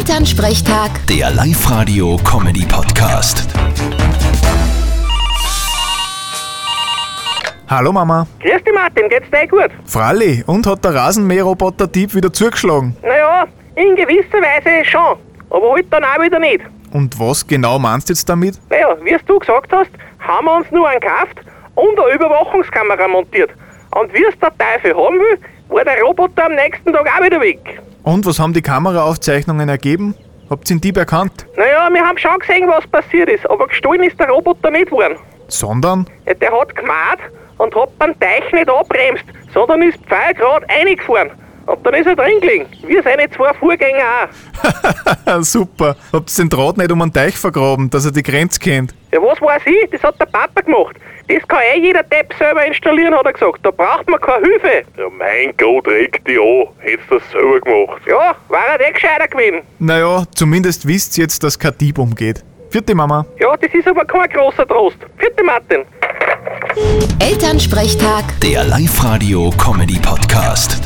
Elternsprechtag, Der Live-Radio-Comedy-Podcast. Hallo Mama. Grüß dich, Martin, geht's dir gut? Fralli, und hat der Rasenmäherroboter-Typ wieder zugeschlagen? Naja, in gewisser Weise schon, aber halt dann auch wieder nicht. Und was genau meinst du jetzt damit? Naja, wie es du gesagt hast, haben wir uns nur einen gekauft und eine Überwachungskamera montiert. Und wie es der Teufel haben will, war der Roboter am nächsten Tag auch wieder weg. Und was haben die Kameraaufzeichnungen ergeben? Habt ihr den Dieb erkannt? Naja, wir haben schon gesehen, was passiert ist, aber gestohlen ist der Roboter nicht worden. Sondern? Ja, Der hat gemacht und hat beim Teich nicht abbremst, sondern ist Pfeil gerade reingefahren. Und dann ist er drin gelegen, wie seine zwei Vorgänger auch. Super. Habt ihr den Draht nicht um einen Teich vergraben, dass er die Grenze kennt? Ja, was weiß ich? Das hat der Papa gemacht. Das kann eh jeder Depp selber installieren, hat er gesagt. Da braucht man keine Hilfe. Ja, mein Gott, reg dich an. Hättest das selber gemacht. Ja, war er eh gescheiter gewesen. Naja, zumindest wisst ihr jetzt, dass kein Dieb umgeht. Vierte Mama. Ja, das ist aber kein großer Trost. Vierte Martin. Elternsprechtag. Der Live-Radio-Comedy-Podcast.